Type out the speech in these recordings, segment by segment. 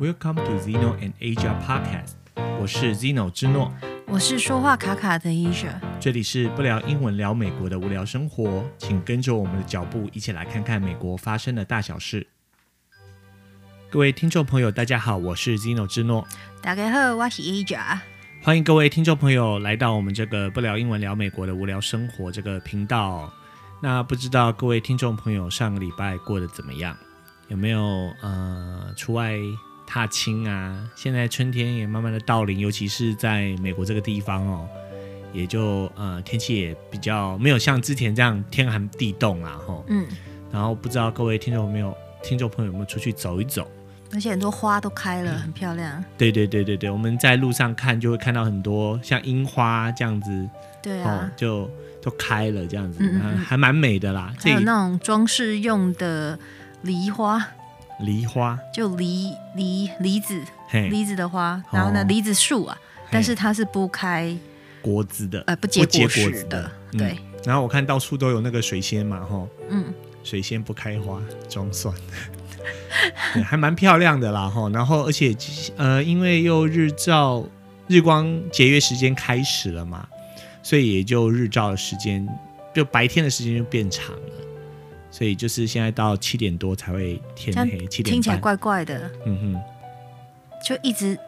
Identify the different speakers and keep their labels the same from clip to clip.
Speaker 1: Welcome to Zeno and Asia Podcast，我是 Zeno 之诺，
Speaker 2: 我是说话卡卡的 Asia。
Speaker 1: 这里是不聊英文聊美国的无聊生活，请跟着我们的脚步一起来看看美国发生的大小事。各位听众朋友，大家好，我是 Zeno 之诺，
Speaker 2: 大家好，我是 Asia。
Speaker 1: 欢迎各位听众朋友来到我们这个不聊英文聊美国的无聊生活这个频道。那不知道各位听众朋友上个礼拜过得怎么样？有没有呃出外踏青啊？现在春天也慢慢的到临，尤其是在美国这个地方哦，也就呃天气也比较没有像之前这样天寒地冻啦、吼。
Speaker 2: 嗯，
Speaker 1: 然后不知道各位听众有没有听众朋友有没有出去走一走？
Speaker 2: 而且很多花都开
Speaker 1: 嗯
Speaker 2: 了，很漂亮。
Speaker 1: 对对对对对，我们在路上看就会看到很多像樱花这样子。
Speaker 2: 对
Speaker 1: 哦
Speaker 2: 啊，，
Speaker 1: 就都开了这样子，
Speaker 2: 嗯嗯
Speaker 1: 还
Speaker 2: 嗯
Speaker 1: 还蛮美的啦。这
Speaker 2: 还有那种装饰用的梨花，
Speaker 1: 梨花，
Speaker 2: 就梨梨梨子
Speaker 1: 嘿，
Speaker 2: 梨子的花，然后
Speaker 1: 哦
Speaker 2: 呢梨子树啊，
Speaker 1: 嘿
Speaker 2: 但是它是不开
Speaker 1: 果子的，
Speaker 2: 呃不
Speaker 1: 结
Speaker 2: 结
Speaker 1: 果
Speaker 2: 果
Speaker 1: 实
Speaker 2: 实
Speaker 1: 的
Speaker 2: 的，
Speaker 1: 嗯
Speaker 2: 对，
Speaker 1: 然后我看到处都有那个水仙嘛，吼，
Speaker 2: 嗯，
Speaker 1: 水仙不开花，装蒜， 对还蛮漂亮的啦，吼。然后而且呃，因为又日照日光节约时间开始了嘛，所以也就日照的时间，就白天的时间就变长了。所以就是现在到七点多才会天
Speaker 2: 这样
Speaker 1: 黑，七点半。
Speaker 2: 听起来怪怪的，
Speaker 1: 嗯
Speaker 2: 就一直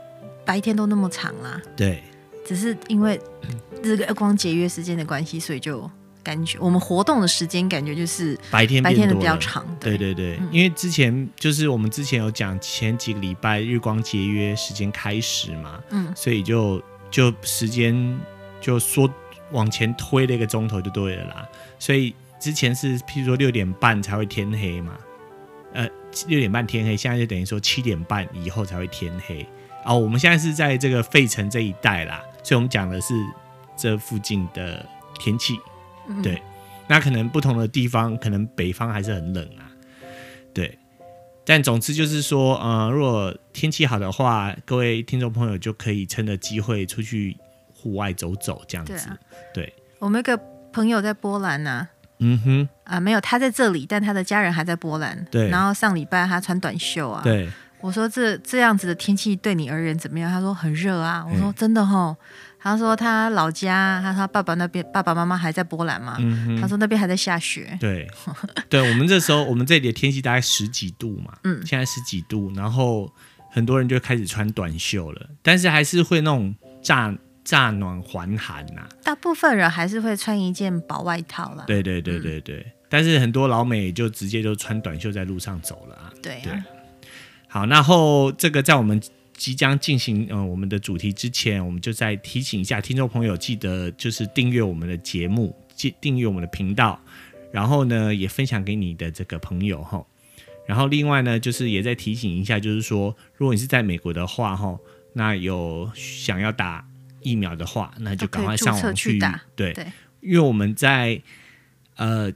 Speaker 2: 白天都那么长啦，
Speaker 1: 哼，对，
Speaker 2: 只是因为
Speaker 1: 嗯
Speaker 2: 这个光节约时间的关系，所以就感觉我们活动的时间感觉就是
Speaker 1: 白天
Speaker 2: 白
Speaker 1: 变
Speaker 2: 天的
Speaker 1: 多
Speaker 2: 比较
Speaker 1: 了
Speaker 2: 长，
Speaker 1: 对对对，因为之前就是我们之前有讲前几个礼拜日光节约时间开始嘛，
Speaker 2: 嗯
Speaker 1: 所以就就时间就缩往前推了一个钟头就对了啦。所以之前是譬如说六点半才会天黑嘛，呃，六点半天黑，现在就等于说七点半以后才会天黑。哦，我们现在是在这个费城这一带啦，所以我们讲的是这附近的天气。
Speaker 2: 嗯
Speaker 1: 对那可能不同的地方，可能北方还是很冷啊，对。但总之就是说，呃，如果天气好的话，各位听众朋友就可以趁着机会出去户外走走，这样
Speaker 2: 对
Speaker 1: 子
Speaker 2: 啊。
Speaker 1: 对，
Speaker 2: 我们有个朋友在波兰呐、
Speaker 1: 嗯哼，
Speaker 2: 啊，没有，他在这里，但他的家人还在波兰。
Speaker 1: 对
Speaker 2: 然后上礼拜他穿短袖啊。。
Speaker 1: 对，
Speaker 2: 我说这这样子的天气对你而言怎么样？他说很热啊。
Speaker 1: 嗯
Speaker 2: 我说真的吼。他说他老家，他说他爸爸那边爸爸妈妈还在波兰嘛。
Speaker 1: 嗯哼，
Speaker 2: 他说那边还在下雪。
Speaker 1: 对， 对，我们这时候我们这里的天气大概十几度嘛，
Speaker 2: 嗯
Speaker 1: 现在十几度，然后很多人就开始穿短袖了，但是还是会那种乍乍暖还寒呐、
Speaker 2: 大部分人还是会穿一件薄外套啦。
Speaker 1: 对对对对对，但是很多老美就直接就穿短袖在路上走了啊。
Speaker 2: 对
Speaker 1: 对
Speaker 2: 啊，
Speaker 1: 好，然后这个在我们即将进行呃我们的主题之前，我们就再提醒一下听众朋友，记得就是订阅我们的节目，记订阅我们的频道，然后呢也分享给你的这个朋友哈。然后另外呢，就是也再提醒一下，就是说，如果你是在美国的话哈，那有想要打疫苗的话，那就
Speaker 2: 都可
Speaker 1: 赶
Speaker 2: 以
Speaker 1: 快
Speaker 2: 注
Speaker 1: 上
Speaker 2: 册
Speaker 1: 网
Speaker 2: 去打
Speaker 1: 对
Speaker 2: 对
Speaker 1: 因为我们在呃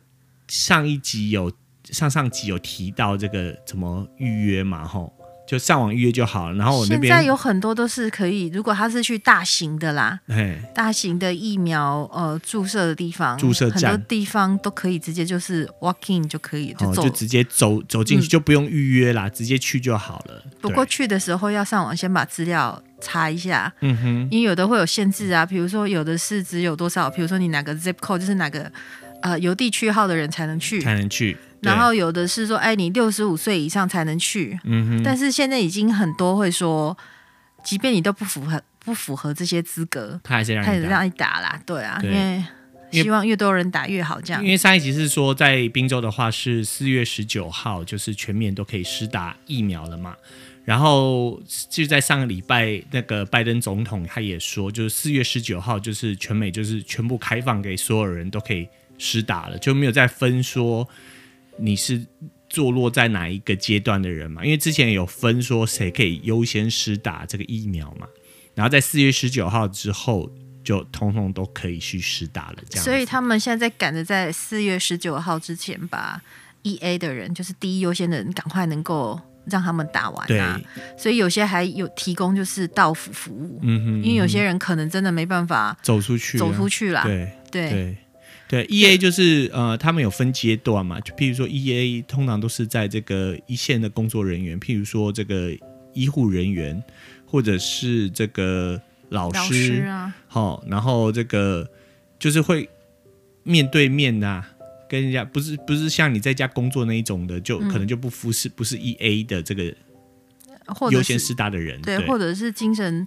Speaker 1: 上一集有上上集有提到这个怎么预约嘛，吼，就上网预约就好了。然后我那
Speaker 2: 现
Speaker 1: 边
Speaker 2: 在有很多都是可以，如果他是去大型的啦，
Speaker 1: 嘿
Speaker 2: 大型的疫苗呃注射的地方，
Speaker 1: 注射站
Speaker 2: 很多地方都可以直接就是 walk in 就可以就
Speaker 1: 哦，
Speaker 2: 走。
Speaker 1: 就直接走走进去，
Speaker 2: 嗯
Speaker 1: 就不用预约啦，直接去就好了。
Speaker 2: 不过
Speaker 1: 对，
Speaker 2: 去的时候要上网先把资料查一下，
Speaker 1: 嗯哼，
Speaker 2: 因为有的会有限制啊，比如说有的是只有多少，比如说你哪个 zip code 就是哪个呃邮递区号的人才能去，
Speaker 1: 才能去。对
Speaker 2: 然后有的是说哎你六十五岁以上才能去，
Speaker 1: 嗯哼，
Speaker 2: 但是现在已经很多会说，即便你都不符合不符合这些资格，
Speaker 1: 他还是
Speaker 2: 他
Speaker 1: 让
Speaker 2: 也
Speaker 1: 你打。
Speaker 2: 让你打啦，对啊，
Speaker 1: 对
Speaker 2: 因为
Speaker 1: 因为
Speaker 2: 希望越多人打越好这样
Speaker 1: 因。为上一集是说，在宾州的话是四月十九号，就是全面都可以施打疫苗了嘛。然后就在上个礼拜，那个拜登总统他也说，就是四月十九号，就是全美就是全部开放给所有人都可以施打了，就没有再分说你是坐落在哪一个阶段的人嘛。因为之前有分说谁可以优先施打这个疫苗嘛，然后在四月十九号之后，就通通都可以去施打了，这样子。
Speaker 2: 所以他们现在在赶着在四月十九号之前把 E A 的人，就是第一优先的人，赶快能够让他们打完
Speaker 1: 对，
Speaker 2: 啊。所以有些还有提供就是到府服务，
Speaker 1: 嗯哼，
Speaker 2: 因为有些人可能真的没办法
Speaker 1: 走出去啊、
Speaker 2: 走出去啦。
Speaker 1: 对
Speaker 2: 对
Speaker 1: 对对，E A 就是呃，他们有分阶段嘛，就譬如说 E A 通常都是在这个一线的工作人员，譬如说这个。医护人员，或者是这个老
Speaker 2: 老
Speaker 1: 师，
Speaker 2: 啊，
Speaker 1: 好、然后这个就是会面对面呐、跟人家不是不是像你在家工作那一种的，就、
Speaker 2: 嗯
Speaker 1: 可能就不服是不是 E A 的这个
Speaker 2: 或
Speaker 1: 优
Speaker 2: 者
Speaker 1: 先
Speaker 2: 是
Speaker 1: 师大的人，
Speaker 2: 对，或者是精神，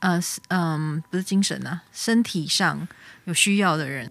Speaker 2: 呃，是嗯，不是精神啊，身体上有需要的人，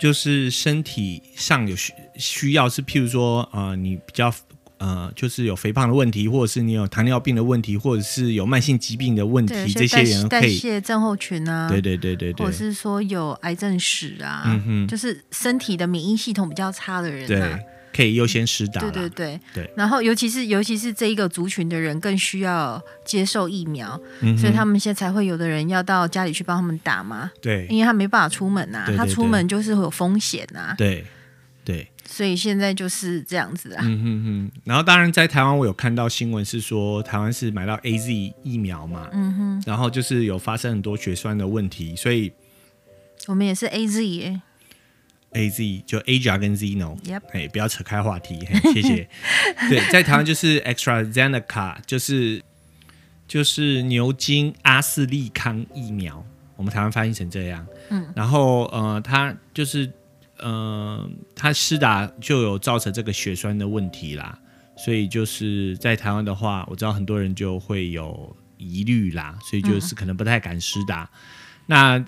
Speaker 1: 就是身体上有需需要是，譬如说呃，你比较呃，就是有肥胖的问题，或者是你有糖尿病的问题，或者是有慢性疾病的问
Speaker 2: 对，有
Speaker 1: 题，这些
Speaker 2: 代
Speaker 1: 人
Speaker 2: 代
Speaker 1: 可以，
Speaker 2: 谢症候群啊，
Speaker 1: 对对对对
Speaker 2: 或
Speaker 1: 对
Speaker 2: 者，是说有癌症史啊，
Speaker 1: 嗯哼
Speaker 2: 就是身体的免疫系统比较差的人、啊，
Speaker 1: 对，可以优先施打啦，
Speaker 2: 对对对
Speaker 1: 对
Speaker 2: 然后尤其是尤其是这一个族群的人更需要接受疫苗，
Speaker 1: 嗯哼
Speaker 2: 所以他们现在才会有的人要到家里去帮他们打嘛，
Speaker 1: 对
Speaker 2: 因为他没办法出门呐、啊
Speaker 1: 对对
Speaker 2: 他出门就是会有风险呐、
Speaker 1: 对对，
Speaker 2: 所以现在就是这样子啊。
Speaker 1: 嗯哼哼。然后当然在台湾，我有看到新闻是说，台湾是买到 A Z 疫苗嘛，嗯哼，然后就是有发生很多血栓的问题，所以
Speaker 2: 我们也是 A Z 耶，
Speaker 1: A Z 就 A R 跟 Zeno，
Speaker 2: Yep
Speaker 1: 哎，不要扯开话题，嘿谢谢。对，在台湾就是 AstraZeneca，就是就是牛津阿斯利康疫苗，我们台湾翻译成这样。嗯，然后呃，它就是呃，它施打就有造成这个血栓的问题啦，所以就是在台湾的话，我知道很多人就会有疑虑啦，所以就是可能不太敢施打。那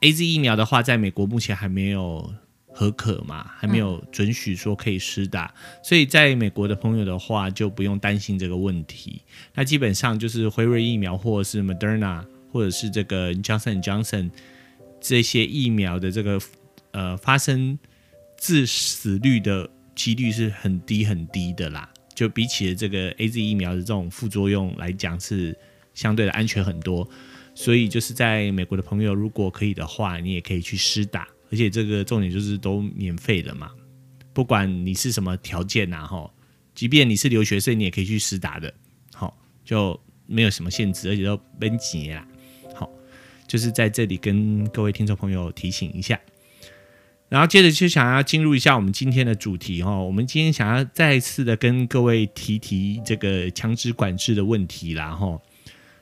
Speaker 1: A Z 疫苗的话，在美国目前还没有合可嘛，还没有准许说可以施打，所以在美国的朋友的话，就不用担心这个问题。那基本上就是辉瑞疫苗或者是 Moderna 或者是这个 Johnson Johnson 这些疫苗的这个呃发生致死率的几率是很低很低的啦，就比起这个 A Z 疫苗的这种副作用来讲是相对的安全很多。所以就是在美国的朋友，如果可以的话，你也可以去施打，而且这个重点就是都免费的嘛，不管你是什么条件呐、啊，吼，即便你是留学生，你也可以去施打的，好，就没有什么限制，而且都分级啦，好，就是在这里跟各位听众朋友提醒一下。然后接着就想要进入一下我们今天的主题哈、哦，我们今天想要再次的跟各位提提这个强制管制的问题啦哈、吼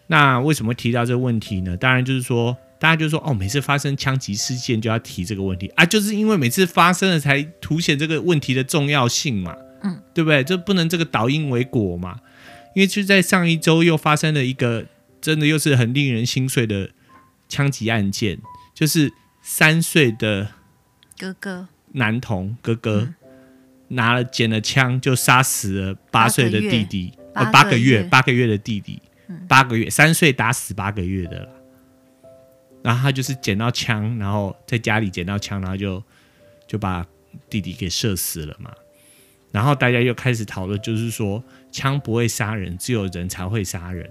Speaker 1: 那为什么提到这个问题呢？当然就是说，大家就说哦，每次发生枪击事件就要提这个问题啊，就是因为每次发生了才凸显这个问题的重要性嘛，嗯，对不对？这不能这个倒因为果嘛，因为就在上一周又发生了一个真的又是很令人心碎的枪击案件，就是三岁的
Speaker 2: 哥哥
Speaker 1: 男童哥哥、
Speaker 2: 嗯
Speaker 1: 拿了捡了枪就杀死了八岁的弟弟，
Speaker 2: 八个
Speaker 1: 呃，
Speaker 2: 月八
Speaker 1: 八个月八个
Speaker 2: 个月嗯
Speaker 1: 月的弟弟，八个月三岁打死八个月的啦。然后他就是捡到枪，然后在家里捡到枪，然后就就把弟弟给射死了嘛。然后大家又开始讨论，就是说枪不会杀人，只有人才会杀人，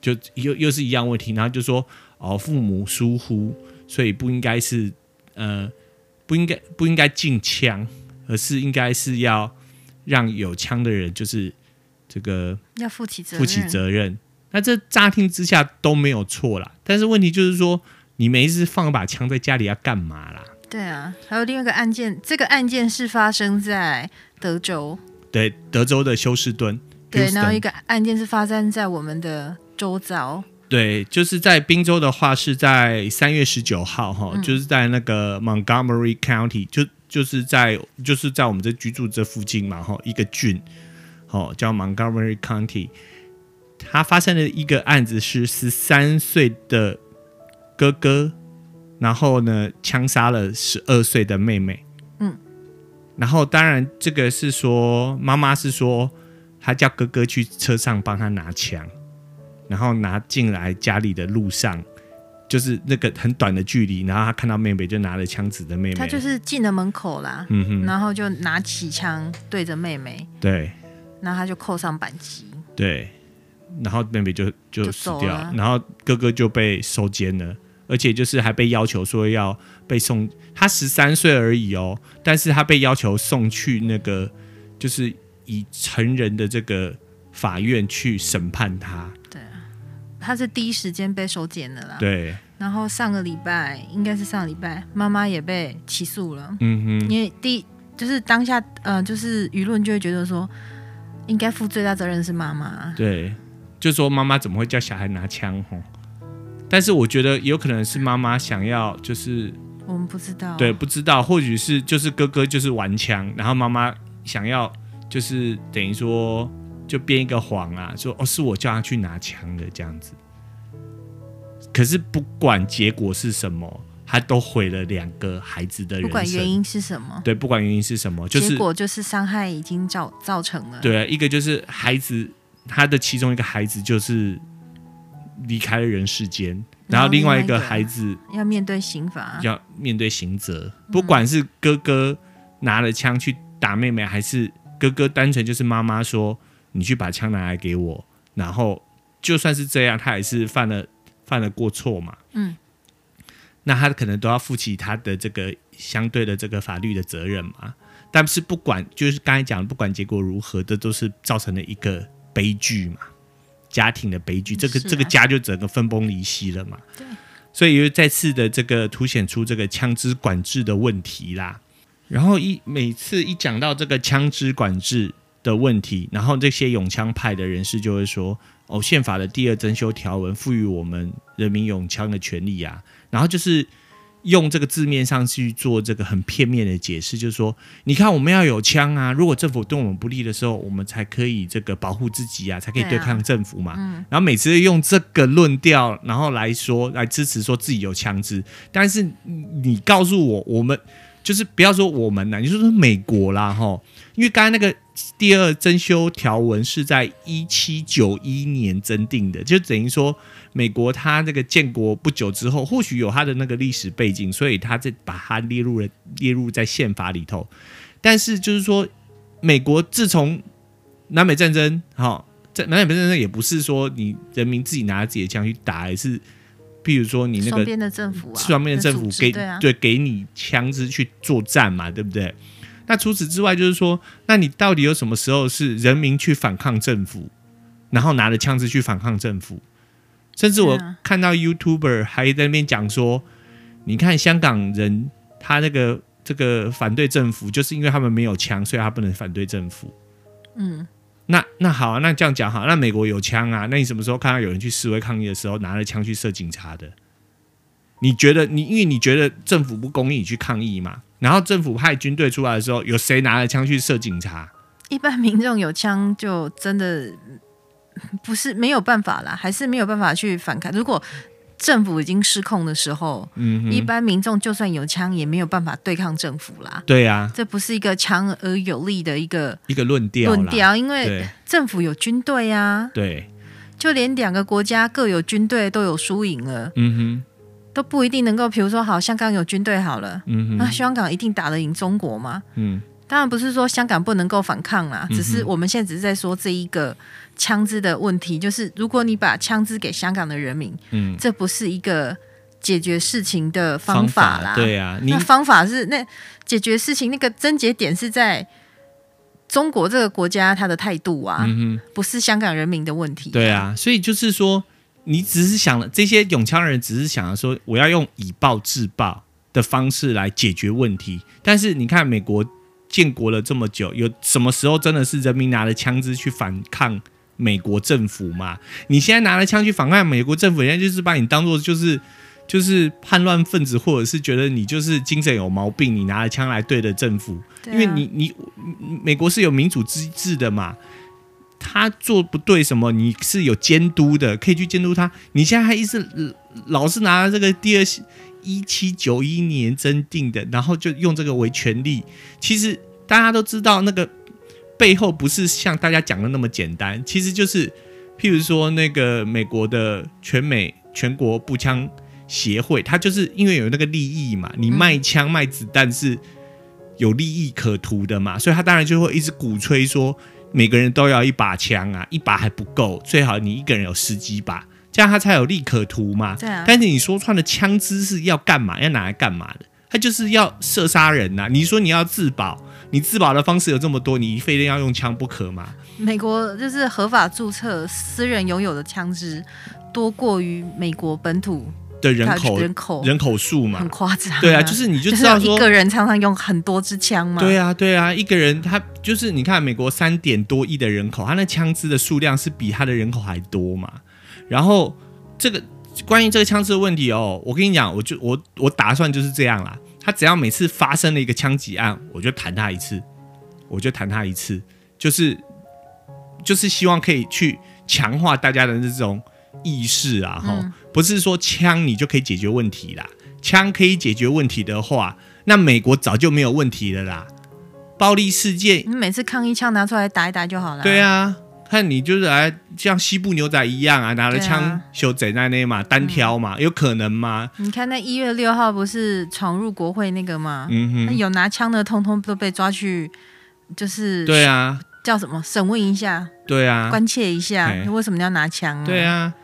Speaker 1: 就又又是一样问题。然后就说哦，父母疏忽，所以不应该是呃不应该不应该禁枪，而是应该是要让有枪的人就是这个
Speaker 2: 要负起责任，
Speaker 1: 负起责任。那这乍听之下都没有错啦，但是问题就是说，你每一次放把枪在家里要干嘛啦？
Speaker 2: 对啊，还有另外一个案件，这个案件是发生在德州，
Speaker 1: 对，德州的休斯顿，
Speaker 2: 对，
Speaker 1: Houston
Speaker 2: 然后一个案件是发生在我们的周遭，
Speaker 1: 对，就是在宾州的话是在三月十九号哈、
Speaker 2: 嗯
Speaker 1: 就是在那个 Montgomery County，就就是在就是在我们这居住这附近嘛哈、一个郡，哦叫 Montgomery County，它发生的一个案子是十三岁的哥哥，然后呢枪杀了十二岁的妹妹，
Speaker 2: 嗯，
Speaker 1: 然后当然这个是说妈妈是说她叫哥哥去车上帮她拿枪。然后拿进来家里的路上，就是那个很短的距离，然后他看到妹妹就拿了枪指着妹妹，
Speaker 2: 他就是进了门口啦，
Speaker 1: 嗯哼，
Speaker 2: 然后就拿起枪对着妹妹，
Speaker 1: 对
Speaker 2: 然后他就扣上扳机，
Speaker 1: 对，然后妹妹就就
Speaker 2: 就
Speaker 1: 死
Speaker 2: 走
Speaker 1: 掉，
Speaker 2: 了
Speaker 1: 然后哥哥就被收监了，而且就是还被要求说要被送，他十三岁而已哦，但是他被要求送去那个就是以成人的这个法院去审判他，
Speaker 2: 他是第一时间被收监的啦。
Speaker 1: 对，
Speaker 2: 然后上个礼拜应该是上个礼拜，妈妈也被起诉了，
Speaker 1: 嗯哼，
Speaker 2: 因为第就是当下呃，就是舆论就会觉得说，应该负最大责任是妈妈，
Speaker 1: 对，就说妈妈怎么会叫小孩拿枪吼？但是我觉得有可能是妈妈想要就是
Speaker 2: 我们不知道，
Speaker 1: 对，不知道，或许是就是哥哥就是玩枪，然后妈妈想要就是等于说就编一个谎啊，说哦是我叫他去拿枪的这样子。可是不管结果是什么，他都毁了两个孩子的人生。
Speaker 2: 不管原因是什么，
Speaker 1: 对，不管原因是什么，就是
Speaker 2: 结果就是伤害已经造造成了，
Speaker 1: 对，啊一个就是孩子，他的其中一个孩子就是离开了人世间，然
Speaker 2: 然
Speaker 1: 后
Speaker 2: 后
Speaker 1: 另外一
Speaker 2: 另外
Speaker 1: 个
Speaker 2: 一个
Speaker 1: 孩子
Speaker 2: 要面对刑罚。
Speaker 1: 要面对刑责，不管是哥哥拿了枪去打妹妹，还是哥哥单纯就是妈妈说你去把枪拿来给我，然后就算是这样，他也是犯了犯了过错嘛，
Speaker 2: 嗯，
Speaker 1: 那他可能都要负起他的这个相对的这个法律的责任嘛。但是不管就是刚才讲的，不管结果如何，这都是造成了一个悲剧嘛，家庭的悲剧，这个、
Speaker 2: 是啊
Speaker 1: 这个家就整个分崩离析了嘛。
Speaker 2: 对，
Speaker 1: 所以又再次的这个凸显出这个枪支管制的问题啦。然后一每次一讲到这个枪支管制的问题，然后这些拥枪派的人士就会说：“哦，宪法的第二增修条文赋予我们人民拥枪的权利啊。”然后就是用这个字面上去做这个很片面的解释，就是说，你看我们要有枪啊，如果政府对我们不利的时候，我们才可以这个保护自己啊，才可以
Speaker 2: 对啊嗯
Speaker 1: 对抗政府嘛。然后每次用这个论调，然后来说来支持说自己有枪支，但是你告诉我，我们就是不要说我们啦，你就说美国啦，吼，因为刚才那个第二征修条文是在一七九一年增定的，就等于说美国它那个建国不久之后，或许有它的那个历史背景，所以它这把它列入了列入在宪法里头。但是就是说，美国自从南北战争，哈、在南北战争也不是说你人民自己拿自己的枪去打，而是譬如说你那
Speaker 2: 双
Speaker 1: 个
Speaker 2: 边的政府啊，
Speaker 1: 双边的政府
Speaker 2: 组织
Speaker 1: 给
Speaker 2: 对啊，
Speaker 1: 给你枪支去作战嘛，对不对？那除此之外，就是说，那你到底有什么时候是人民去反抗政府，然后拿着枪支去反抗政府？甚至我
Speaker 2: 是啊
Speaker 1: 看到 YouTuber 还在那边讲说，你看香港人他那个这个反对政府，就是因为他们没有枪，所以他不能反对政府。
Speaker 2: 嗯，
Speaker 1: 那那好啊，那这样讲好，那美国有枪啊，那你什么时候看到有人去示威抗议的时候拿着枪去射警察的？你觉得你因为你觉得政府不公义，你去抗议嘛？然后政府派军队出来的时候，有谁拿着枪去射警察？
Speaker 2: 一般民众有枪就真的不是没有办法啦，还是没有办法去反抗。如果政府已经失控的时候，
Speaker 1: 嗯
Speaker 2: 一
Speaker 1: 哼，
Speaker 2: 般民众就算有枪也没有办法对抗政府啦。
Speaker 1: 对啊，
Speaker 2: 这不是一个强而有力的一个
Speaker 1: 一个论调啦，
Speaker 2: 论调，因为
Speaker 1: 对
Speaker 2: 政府有军队啊，
Speaker 1: 对，
Speaker 2: 就连两个国家各有军队都有输赢了，
Speaker 1: 嗯
Speaker 2: 都不一定能够。比如说，好，香港有军队好了
Speaker 1: 哼，，嗯
Speaker 2: 那、
Speaker 1: 哼，
Speaker 2: 香港一定打得赢中国吗？
Speaker 1: 嗯，
Speaker 2: 当然不是说香港不能够反抗啦，
Speaker 1: 嗯哼
Speaker 2: 只是我们现在只是在说这一个枪支的问题，就是如果你把枪支给香港的人民，
Speaker 1: 嗯，
Speaker 2: 这不是一个解决事情的方法啦。
Speaker 1: 对啊，你
Speaker 2: 那方法是那解决事情那个症结点是在中国这个国家他的态度啊，
Speaker 1: 嗯哼。
Speaker 2: 不是香港人民的问题。
Speaker 1: 对，啊，所以就是说，你只是想了这些永枪人只是想着说，我要用以暴制暴的方式来解决问题。但是你看，美国建国了这么久，有什么时候真的是人民拿着枪支去反抗美国政府嘛？你现在拿着枪去反抗美国政府，人家就是把你当做就是。 就是叛乱分子，或者是觉得你就是精神有毛病，你拿着枪来对着政府，
Speaker 2: 对啊
Speaker 1: 因为你你美国是有民主机制的嘛，他做不对什么，你是有监督的，可以去监督他。你现在还一直呃老是拿这个第二一七九一年增定的，然后就用这个为权利，其实大家都知道那个背后不是像大家讲的那么简单，其实就是譬如说那个美国的全美全国步枪协会，它就是因为有那个利益
Speaker 2: 嗯
Speaker 1: 嘛，你卖枪卖子弹是有利益可图的嘛，所以他当然就会一直鼓吹说每个人都要一把枪啊，一把还不够，最好你一个人有十几把，这样他才有利可图嘛。
Speaker 2: 对啊
Speaker 1: 但是你说穿了枪支是要干嘛？要拿来干嘛的？他就是要射杀人呐、啊你说你要自保，你自保的方式有这么多，你非得要用枪不可吗？
Speaker 2: 美国就是合法注册私人拥有的枪支多过于美国本土
Speaker 1: 的人口
Speaker 2: 人口
Speaker 1: 人口数嘛
Speaker 2: 很，夸张。
Speaker 1: 对啊，就是你就
Speaker 2: 就是
Speaker 1: 知道
Speaker 2: 一
Speaker 1: 说，
Speaker 2: 个人常常用很多支枪嘛。
Speaker 1: 对啊，对啊，一个人他就是你看美国三点多亿的人口，他那枪支的数量是比他的人口还多嘛。然后这个关于这个枪支的问题哦，我跟你讲，我就我我打算就是这样啦。他只要每次发生了一个枪击案，我就弹他一次，我就弹他一次，就是就是希望可以去强化大家的这种意识啊，哈、
Speaker 2: 嗯
Speaker 1: 不是说枪你就可以解决问题啦，枪可以解决问题的话，那美国早就没有问题了啦。暴力事件
Speaker 2: 你每次抗议枪拿出来打一打就好了。
Speaker 1: 对，啊，看你就是来像西部牛仔一样啊，拿了
Speaker 2: 对
Speaker 1: 枪
Speaker 2: 啊
Speaker 1: 修整在那嘛，单挑嘛，有可能吗？
Speaker 2: 你看那一月六号不是闯入国会那个吗？
Speaker 1: 嗯
Speaker 2: 那
Speaker 1: 哼，
Speaker 2: 有拿枪的，通通都被抓去，就是
Speaker 1: 对啊，
Speaker 2: 叫什么审问一下，
Speaker 1: 对啊，
Speaker 2: 关切一下
Speaker 1: 哎，
Speaker 2: 为什么你要拿枪啊？
Speaker 1: 对啊。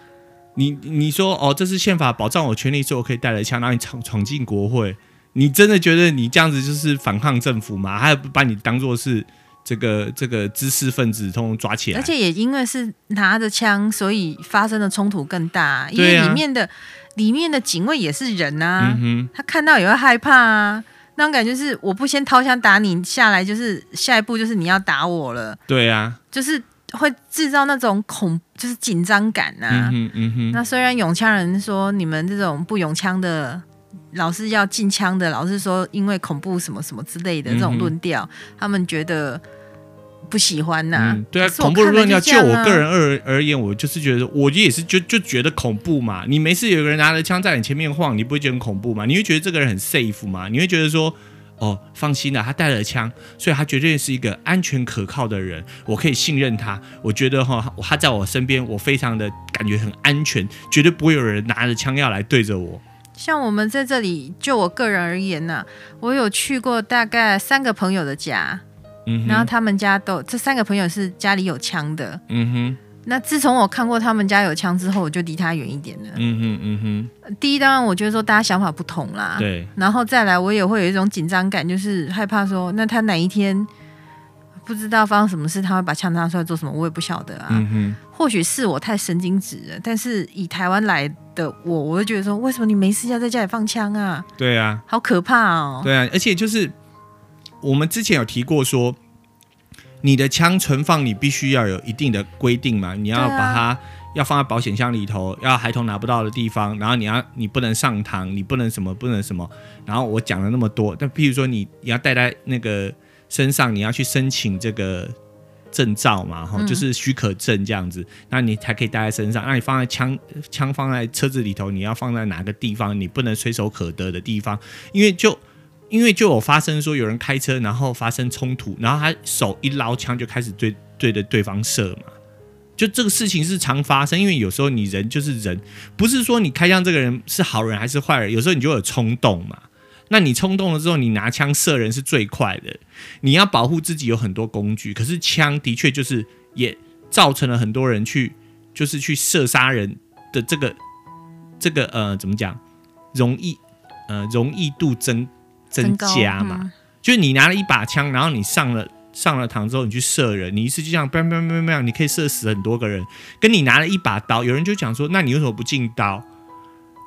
Speaker 1: 你你说哦，这是宪法保障我权利，所以我可以带着枪，然后你闯闯进国会，你真的觉得你这样子就是反抗政府吗？还有把你当做是这个这个知识分子，通通抓起来，
Speaker 2: 而且也因为是拿着枪，所以发生的冲突更大，因
Speaker 1: 对
Speaker 2: 为
Speaker 1: 啊
Speaker 2: 里面的、里面的警卫也是人啊，
Speaker 1: 嗯
Speaker 2: 他看到也会害怕啊。那种感觉就是，我不先掏枪打你下来，就是下一步就是你要打我了
Speaker 1: 哼，，对啊，
Speaker 2: 就是会制造那种恐，就是紧张感呐、
Speaker 1: 嗯哼嗯哼，
Speaker 2: 那虽然永枪人说你们这种不永枪的，老是要禁枪的，老是说因为恐怖什么什么之类的
Speaker 1: 嗯哼
Speaker 2: 这种论调，他们觉得不喜欢呐、
Speaker 1: 嗯，对啊，
Speaker 2: 可是我
Speaker 1: 恐怖
Speaker 2: 看了
Speaker 1: 论调，
Speaker 2: 这
Speaker 1: 就
Speaker 2: 样
Speaker 1: 我
Speaker 2: 啊
Speaker 1: 个人而而言，我就是觉得，我也是就就觉得恐怖嘛。你没事有个人拿着枪在你前面晃，你不会觉得很恐怖吗？你会觉得这个人很 safe 吗？你会觉得说，哦，放心了，他带了枪，所以他绝对是一个安全可靠的人，我可以信任他。我觉得哈、他在我身边，我非常的感觉很安全，绝对不会有人拿着枪要来对着我。
Speaker 2: 像我们在这里，就我个人而言呢、我有去过大概三个朋友的家，
Speaker 1: 嗯
Speaker 2: 然后
Speaker 1: 哼，
Speaker 2: 他们家都这三个朋友是家里有枪的。
Speaker 1: 嗯哼，
Speaker 2: 那自从我看过他们家有枪之后，我就离他远一点了。
Speaker 1: 嗯哼，嗯
Speaker 2: 第一，当然我觉得说大家想法不同啦
Speaker 1: 哼，，对，
Speaker 2: 然后再来，我也会有一种紧张感，就是害怕说，那他哪一天不知道发生什么事，他会把枪拿出来做什么，我也不晓得啊。
Speaker 1: 嗯哼，
Speaker 2: 或许是我太神经质了，但是以台湾来的我，我会觉得说，为什么你没事要在家里放枪啊？
Speaker 1: 对啊，
Speaker 2: 好可怕哦！
Speaker 1: 对啊，而且就是我们之前有提过说，你的枪存放你必须要有一定的规定嘛，你要
Speaker 2: 对啊
Speaker 1: 把它、要放在保险箱里头，要孩童拿不到的地方，然后你要你不能上膛，你不能什么不能什么，然后我讲了那么多，但譬如说你你要带在那个身上，你要去申请这个。证照
Speaker 2: 嗯
Speaker 1: 嘛，哈，就是许可证这样子，那你才可以带在身上。那你放在枪枪放在车子里头，你要放在哪个地方？你不能随手可得的地方，因为就因为就有发生说有人开车，然后发生冲突，然后他手一捞枪就开始对对着对方射嘛。就这个事情是常发生，因为有时候你人就是人，不是说你开枪这个人是好人还是坏人，有时候你就有冲动嘛。那你冲动了之后，你拿枪射人是最快的。你要保护自己有很多工具，可是枪的确就是也造成了很多人去就是去射杀人的这个这个呃怎么讲容易呃容易度增增
Speaker 2: 增高
Speaker 1: 加嘛。
Speaker 2: 嗯
Speaker 1: 就是你拿了一把枪，然后你上了上了膛之后，你去射人，你一次就这样 bang bang bang bang，你可以射死很多个人。跟你拿了一把刀，有人就讲说，那你为什么不进刀？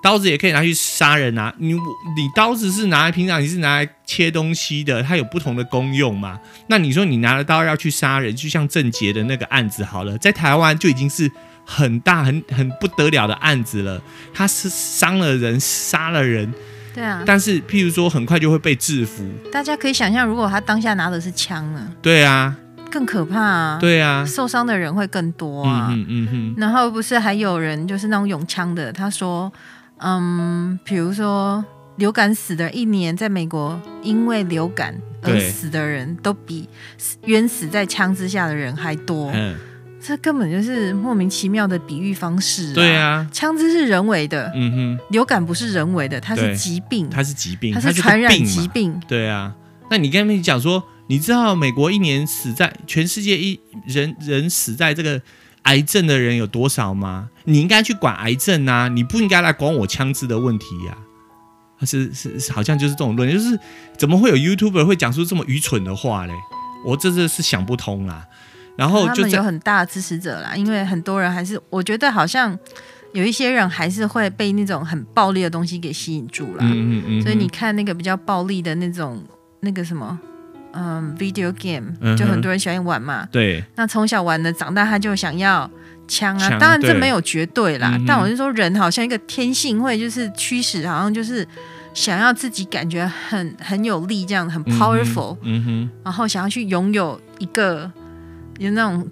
Speaker 1: 刀子也可以拿去杀人啊！你你刀子是拿来平常你是拿来切东西的，它有不同的功用嘛？那你说你拿了刀要去杀人，就像郑杰的那个案子好了，在台湾就已经是很大很很不得了的案子了，他是伤了人杀了人，
Speaker 2: 对啊，
Speaker 1: 但是譬如说很快就会被制服，
Speaker 2: 大家可以想象，如果他当下拿的是枪呢，
Speaker 1: 对啊，
Speaker 2: 更可怕啊，
Speaker 1: 对啊，
Speaker 2: 受伤的人会更多啊。
Speaker 1: 嗯嗯嗯
Speaker 2: 然后不是还有人就是那种永枪的，他说，嗯，比如说流感死的一年，在美国因为流感而
Speaker 1: 对
Speaker 2: 死的人都比死冤死在枪支下的人还多
Speaker 1: 嗯，，嗯，
Speaker 2: 这根本就是莫名其妙的比喻方式、
Speaker 1: 对，啊，
Speaker 2: 枪支是人为的，
Speaker 1: 嗯
Speaker 2: 流感不是人为的，它
Speaker 1: 对
Speaker 2: 是疾病
Speaker 1: 哼，，它是疾病，
Speaker 2: 它
Speaker 1: 它
Speaker 2: 是
Speaker 1: 就
Speaker 2: 传染
Speaker 1: 病嘛，
Speaker 2: 疾病。
Speaker 1: 对啊。那你跟他们讲说，你知道美国一年死在全世界一人人死在这个癌症的人有多少吗？你应该去管癌症啊，你不应该来管我枪支的问题呀、是是是，好像就是这种论，就是怎么会有 YouTuber 会讲出这么愚蠢的话嘞？我这这是想不通啦。然后
Speaker 2: 他
Speaker 1: 就
Speaker 2: 们
Speaker 1: 在
Speaker 2: 有很大的支持者啦，因为很多人还是我觉得好像有一些人还是会被那种很暴力的东西给吸引住了。
Speaker 1: 嗯嗯嗯，
Speaker 2: 啊所以你看那个比较暴力的那种那个什么，嗯，video game，、
Speaker 1: 嗯哼
Speaker 2: 就很多人喜欢玩嘛。
Speaker 1: 对，
Speaker 2: 那从小玩的，长大他就想要枪啊。
Speaker 1: 枪
Speaker 2: 当然这
Speaker 1: 对
Speaker 2: 没有绝对啦，
Speaker 1: 嗯哼
Speaker 2: 但我是说人好像一个天性会就是驱使，好像就是想要自己感觉很很有力，这样很
Speaker 1: 嗯哼
Speaker 2: powerful，、
Speaker 1: 嗯哼，
Speaker 2: 然后想要去拥有一个有那种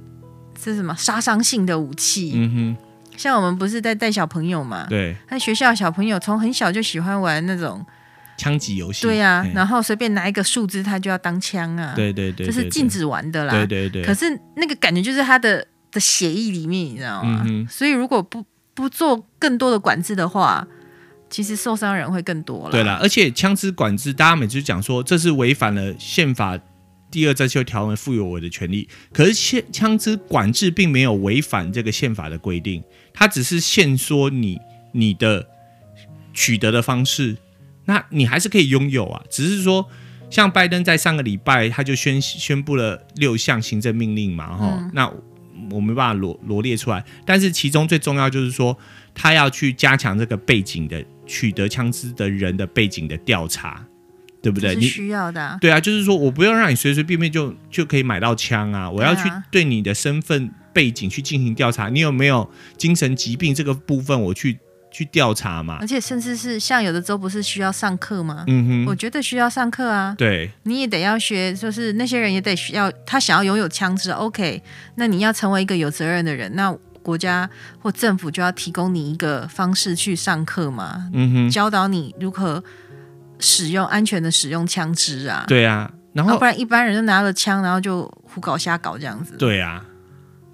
Speaker 2: 是什么杀伤性的武器。
Speaker 1: 嗯
Speaker 2: 像我们不是在带小朋友嘛
Speaker 1: 哼，，对，
Speaker 2: 那学校小朋友从很小就喜欢玩那种。
Speaker 1: 枪击游戏，
Speaker 2: 对呀、
Speaker 1: 嘿
Speaker 2: 然后随便拿一个树枝，他就要当枪啊，
Speaker 1: 对对对，
Speaker 2: 这是
Speaker 1: 对
Speaker 2: 禁，止玩的啦。
Speaker 1: 对对对，
Speaker 2: 可是那个感觉就是他的的协议里面，你知道吗？
Speaker 1: 嗯哼
Speaker 2: 所以如果不不做更多的管制的话，其实受伤人会更多了。
Speaker 1: 对啦，而且枪支管制，大家每次讲说这是违反了宪法第二再修条文赋予我的权利，可是枪枪支管制并没有违反这个宪法的规定，它只是限缩你你的取得的方式，那你还是可以拥有啊，只是说。像拜登在上个礼拜他就宣宣布了六项行政命令嘛，哈、那我没办法罗罗列出来，但是其中最重要就是说，他要去加强这个背景的取得枪支的人的背景的调查，对不对？
Speaker 2: 这是
Speaker 1: 你
Speaker 2: 需要的、啊。
Speaker 1: 对啊，就是说我不要让你随随便便就就可以买到枪啊，我要去对你的身份背景去进行调查，你有没有精神疾病这个部分，我去去调查嘛
Speaker 2: 而。且甚至是像有的州不是需要上课吗？
Speaker 1: 嗯
Speaker 2: 我
Speaker 1: 哼，
Speaker 2: 觉得需要上课啊，
Speaker 1: 对，
Speaker 2: 你也得要学，就是那些人也得需要，他想要拥有枪支，OK，那你要成为一个有责任的人，那国家或政府就要提供你一个方式去上课嘛，
Speaker 1: 嗯哼，
Speaker 2: 教导你如何使用安全的使用枪支啊，
Speaker 1: 对啊，然
Speaker 2: 要
Speaker 1: 后
Speaker 2: 不然一般人就拿了枪，然后就胡搞瞎搞这样子。
Speaker 1: 对啊，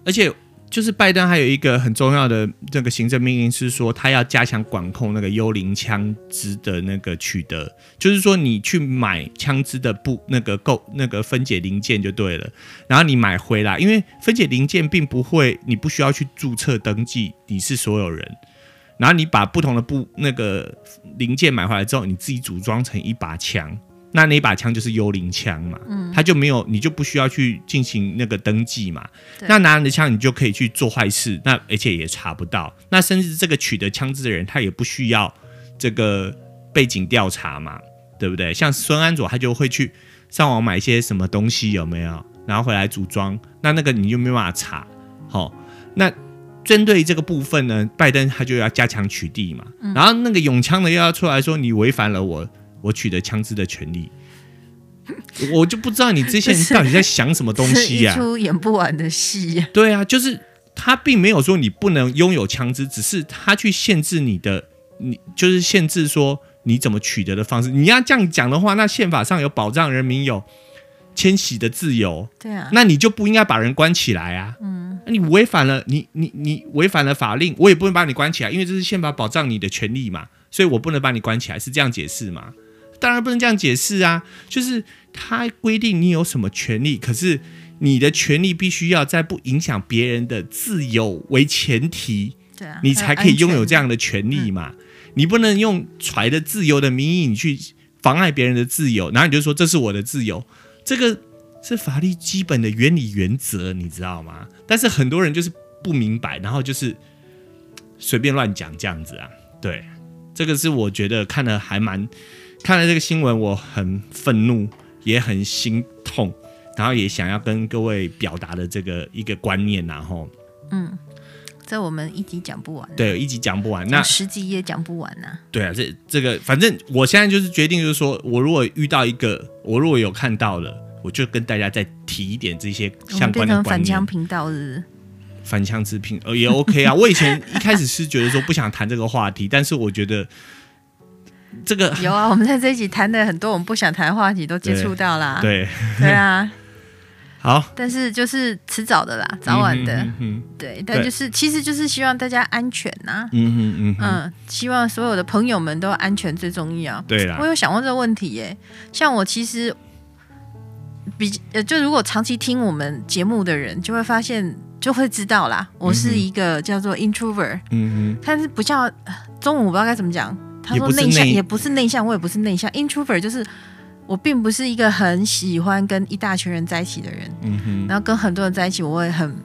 Speaker 1: 而且就是拜登还有一个很重要的这个行政命令是说，他要加强管控那个幽灵枪支的那个取得，就是说你去买枪支的不那个购那个分解零件就对了，然后你买回来，因为分解零件并不会，你不需要去注册登记你是所有人。然后你把不同的部那个零件买回来之后，你自己组装成一把枪，那那一把枪就是幽灵枪嘛，它就没有，你就不需要去进行那个登记嘛。
Speaker 2: 对
Speaker 1: 那拿你的枪，你就可以去做坏事，那而且也查不到。那甚至这个取得枪支的人，他也不需要这个背景调查嘛，对不对？像孙安佐，他就会去上网买一些什么东西，有没有？然后回来组装，那那个你就没办法查。好、那针对这个部分呢，拜登他就要加强取缔嘛。
Speaker 2: 嗯
Speaker 1: 然后那个永枪的又要出来说，你违反了我我取得枪支的权利。我就不知道你这 些人到底在想什么东
Speaker 2: 是
Speaker 1: 西
Speaker 2: 一
Speaker 1: 呀、
Speaker 2: 出演不完的戏 呀、
Speaker 1: 对啊，就是他并没有说你不能拥有枪支，只是他去限制你的，你就是限制说你怎么取得的方式。你要这样讲的话，那宪法上有保障人民有迁徙的自由，
Speaker 2: 对啊，
Speaker 1: 那你就不应该把人关起来啊。嗯，你违反了你你你违反了法令，我也不能把你关起来，因为这是宪法保障你的权利嘛，所以我不能把你关起来，是这样解释吗？当然不能这样解释啊，就是它规定你有什么权利，可是你的权利必须要在不影响别人的自由为前提，
Speaker 2: 对啊，
Speaker 1: 你才可以拥有这
Speaker 2: 还
Speaker 1: 样的权利嘛。你不能用揣着自由的名义，你去妨碍别人的自由，然后你就说这是我的自由，这个是法律基本的原理原则，你知道吗？但是很多人就是不明白，然后就是嘖随便乱讲这样子啊。对，这个是我觉得看了还蛮看了这个新闻，我很愤怒，也很心痛，然后也想要跟各位表达的这个一个观念、啊然后
Speaker 2: 安全，这我们一集讲不完，，
Speaker 1: 对一集讲不完，那
Speaker 2: 十集也讲不完呐、
Speaker 1: 对啊，这这个反正我现在就是决定，就是说我如果遇到一个，我如果有看到了，我就跟大家再提一点这些
Speaker 2: 我们
Speaker 1: 相
Speaker 2: 变
Speaker 1: 关的
Speaker 2: 成
Speaker 1: 观
Speaker 2: 反
Speaker 1: 念
Speaker 2: 枪。频道日，
Speaker 1: 反枪制品，呃，也 OK 啊。我 以前一开始是觉得说不想谈这个话题，但是我觉得这个
Speaker 2: 有啊，我们在这一集谈的很多我们不想谈的话题都接触到啦，
Speaker 1: 对
Speaker 2: 对啊，
Speaker 1: 好
Speaker 2: 但是就是迟早的啦，早晚的，
Speaker 1: 嗯哼
Speaker 2: 对，但就是其实就是希望大家安全呐、
Speaker 1: 嗯哼嗯哼嗯哼，
Speaker 2: 嗯，希望所有的朋友们都安全最重要。
Speaker 1: 对啊啦
Speaker 2: 我，有想过这个问题耶，像我其实比呃，就如果长期听我们节目的人，就会发现就会知道啦，我是一个叫做 introvert，、
Speaker 1: 嗯哼，
Speaker 2: 但是不叫呃中文我不知道该怎么讲。他说
Speaker 1: 也不是
Speaker 2: 内向
Speaker 1: 内
Speaker 2: 也不是内向，我也不是内向，introvert 就是我并不是一个很喜欢跟一大群人在一起的人，
Speaker 1: 嗯哼，
Speaker 2: 然后跟很多人在一起我会很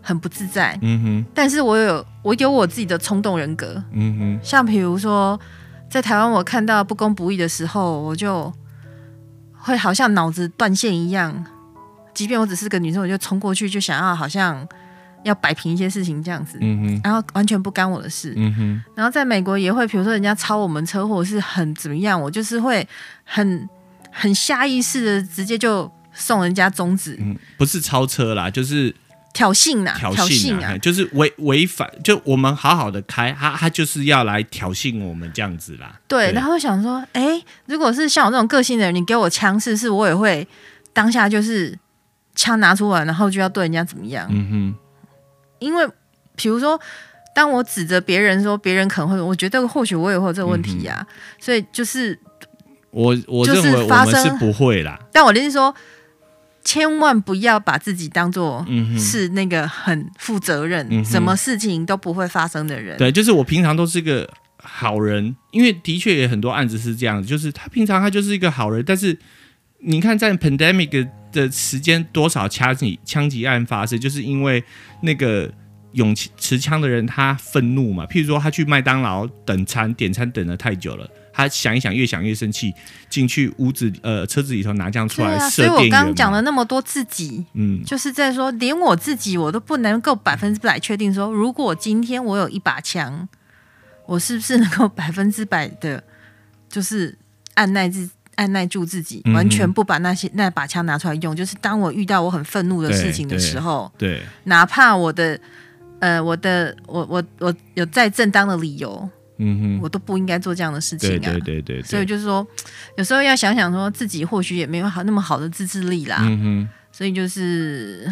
Speaker 2: 很不自在，
Speaker 1: 嗯哼，
Speaker 2: 但是我有我有我自己的冲动人格，
Speaker 1: 嗯哼，
Speaker 2: 像比如说，在台湾我看到不公不义的时候，我就会好像脑子断线一样，即便我只是个女生，我就冲过去，就想要好像要摆平一些事情这样子，
Speaker 1: 嗯哼，
Speaker 2: 然后完全不干我的事。
Speaker 1: 嗯哼，
Speaker 2: 然后在美国也会，比如说人家超我们车或者是很怎么样，我就是会很很下意识的直接就送人家中指，
Speaker 1: 嗯，不是超车啦，就是
Speaker 2: 挑衅啊，
Speaker 1: 挑
Speaker 2: 挑
Speaker 1: 衅
Speaker 2: 衅
Speaker 1: 啊，
Speaker 2: 啊，
Speaker 1: 就是违违反，就我们好好的开，他他就是要来挑衅我们这样子啦。
Speaker 2: 对，然后我想说，哎，如果是像我这种个性的人，你给我枪，是不是我也会当下就是枪拿出来，然后就要对人家怎么样？
Speaker 1: 嗯
Speaker 2: 因为比如说，当我指着别人说，别人可能会，我觉得或许我也会有这个问
Speaker 1: 嗯
Speaker 2: 题呀、所以就是，
Speaker 1: 哼，我我
Speaker 2: 就是
Speaker 1: 认为我
Speaker 2: 发
Speaker 1: 们是
Speaker 2: 生
Speaker 1: 不会啦。
Speaker 2: 但我的意思是说，千万不要把自己当做
Speaker 1: 嗯哼，
Speaker 2: 是那个很负责任、
Speaker 1: 嗯哼
Speaker 2: 什么事情都不会发生的人。
Speaker 1: 对，就是我平常都是个好人，因为的确也很多案子是这样，就是他平常他就是一个好人，但是你看在 pandemic 的时间，多少枪击枪击案发生，就是因为那个勇气持枪的人他愤怒嘛，譬如说他去麦当劳等餐点餐等了太久了。他想一想，越想越生气，进去屋子里呃车子里头拿枪出
Speaker 2: 对
Speaker 1: 来
Speaker 2: 啊，
Speaker 1: 射
Speaker 2: 所以我
Speaker 1: 店员
Speaker 2: 刚
Speaker 1: 嘛
Speaker 2: 刚讲了那么多自己，
Speaker 1: 嗯，
Speaker 2: 就是在说，连我自己我都不能够百分之百确定说，如果今天我有一把枪，我是不是能够百分之百的，就是按耐自按耐住自己
Speaker 1: 嗯，哼
Speaker 2: 完全不把那些那把枪拿出来用。就是当我遇到我很愤怒的事情的时候，
Speaker 1: 对，
Speaker 2: 哪怕我的呃我的我我我有再正当的理由，
Speaker 1: 嗯哼，
Speaker 2: 我都不应该做这样的事情
Speaker 1: 对
Speaker 2: 啊。
Speaker 1: 对对对
Speaker 2: 所以
Speaker 1: 对，
Speaker 2: 就是说，有时候要想想说自己或许也没有好那么好的自制力啦。
Speaker 1: 嗯哼。
Speaker 2: 所以就是，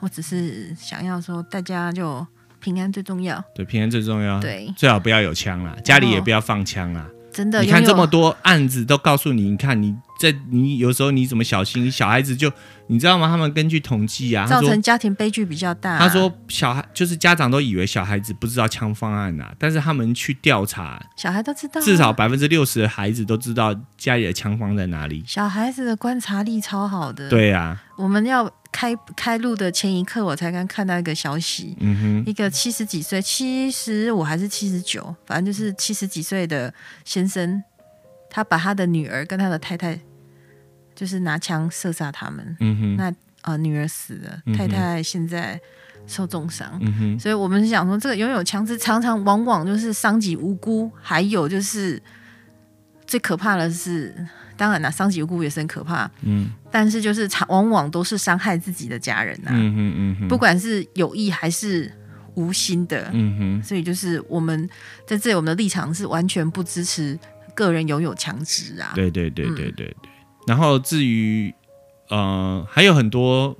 Speaker 2: 我只是想要说，大家就平安最重要。
Speaker 1: 对，平安最重要。
Speaker 2: 对
Speaker 1: 最好不要有枪啦，家里也不要放枪啦。
Speaker 2: 真的，
Speaker 1: 你看
Speaker 2: 哦拥有
Speaker 1: 这么多案子都告诉你，你看你在你有时候你怎么小心，小孩子就你知道吗？他们根据统计啊，他
Speaker 2: 造
Speaker 1: 说
Speaker 2: 成家庭悲剧比较大。
Speaker 1: 他说小孩就是家长都以为小孩子不知道枪方案啊，但是他们去调查，
Speaker 2: 小孩都知道啊，
Speaker 1: 至少百分之六十的孩子都知道家里的枪方在哪里。
Speaker 2: 小孩子的观察力超好的。，
Speaker 1: 对啊，
Speaker 2: 我们要开开录的前一刻，我才刚看到一个消息，
Speaker 1: 嗯
Speaker 2: 一个七十几岁，七十五还是七十九，反正就是七十几岁的先生，他把他的女儿跟他的太太，就是拿枪射杀他们。
Speaker 1: 哼，嗯哼，
Speaker 2: 那呃，女儿死了，
Speaker 1: 嗯哼
Speaker 2: 太太现在受重伤。
Speaker 1: 嗯哼，
Speaker 2: 所以我们是想说，这个拥有枪支常常往往就是伤及无辜，还有就是最可怕的是，当然啦，伤及无辜也是很可怕，
Speaker 1: 嗯
Speaker 2: 但是就是常往往都是伤害自己的家人呐、
Speaker 1: 嗯哼，嗯哼，
Speaker 2: 不，管是有意还是无心的。
Speaker 1: 嗯哼，
Speaker 2: 所以就是我们在这里，我们的立场是完全不支持个人拥有枪支啊。
Speaker 1: 对对对对对对。然后至于呃，还有很多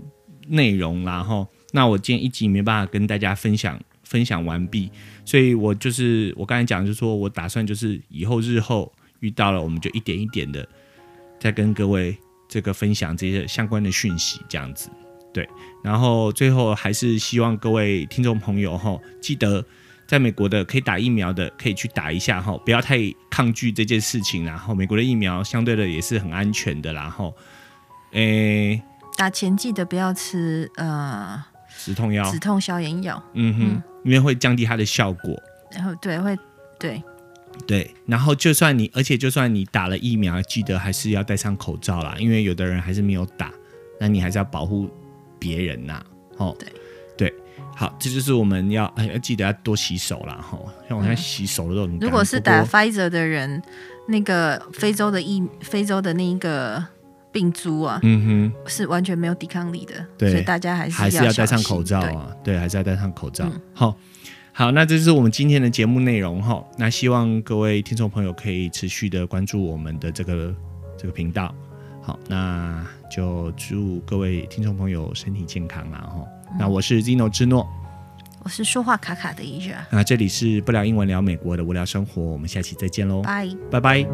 Speaker 1: 内容啦，哈。那我今天一集没办法跟大家分享分享完毕，所以我就是我刚才讲，就是说我打算就是以后日后遇到了，我们就一点一点的再跟各位这个分享这些相关的讯息，这样子。对，然后最后还是希望各位听众朋友哈，记得在美国的可以打疫苗的可以去打一下哈，不要太抗拒这件事情啦，然后美国的疫苗相对的也是很安全的啦，然后，诶，
Speaker 2: 打前记得不要吃呃
Speaker 1: 止痛药
Speaker 2: 止，嗯痛消炎药，
Speaker 1: 嗯哼，因为会降低它的效果。
Speaker 2: 然后对会对
Speaker 1: 对，然后就算你，而且就算你打了疫苗，记得还是要戴上口罩啦，因为有的人还是没有打，那你还是要保护别人呐、哦，
Speaker 2: 对
Speaker 1: 对，好，这就是我们要哎要记得要多洗手啦，哈、像我现在洗手的都很干、
Speaker 2: 如果是打
Speaker 1: 不过
Speaker 2: Pfizer 的人，那个非洲的疫，非洲的那一个病株啊，
Speaker 1: 嗯
Speaker 2: 是完全没有抵抗力的，
Speaker 1: 对
Speaker 2: 所以大家还
Speaker 1: 哼，
Speaker 2: 是
Speaker 1: 还是
Speaker 2: 要
Speaker 1: 要戴
Speaker 2: 小
Speaker 1: 上
Speaker 2: 心
Speaker 1: 口罩
Speaker 2: 对嗯
Speaker 1: 啊，对，还是要戴上口罩。好、好，那这就是我们今天的节目内容哈、那希望各位听众朋友可以持续的关注我们的这个这个频道。好，那就祝各位听众朋友身体健康啦哈、
Speaker 2: 嗯
Speaker 1: 那我是 Zino 之诺，
Speaker 2: 我是说话卡卡的一人，
Speaker 1: 那这里是不聊英文聊美国的无聊生活，我们下期再见喽，
Speaker 2: 拜。
Speaker 1: 拜拜。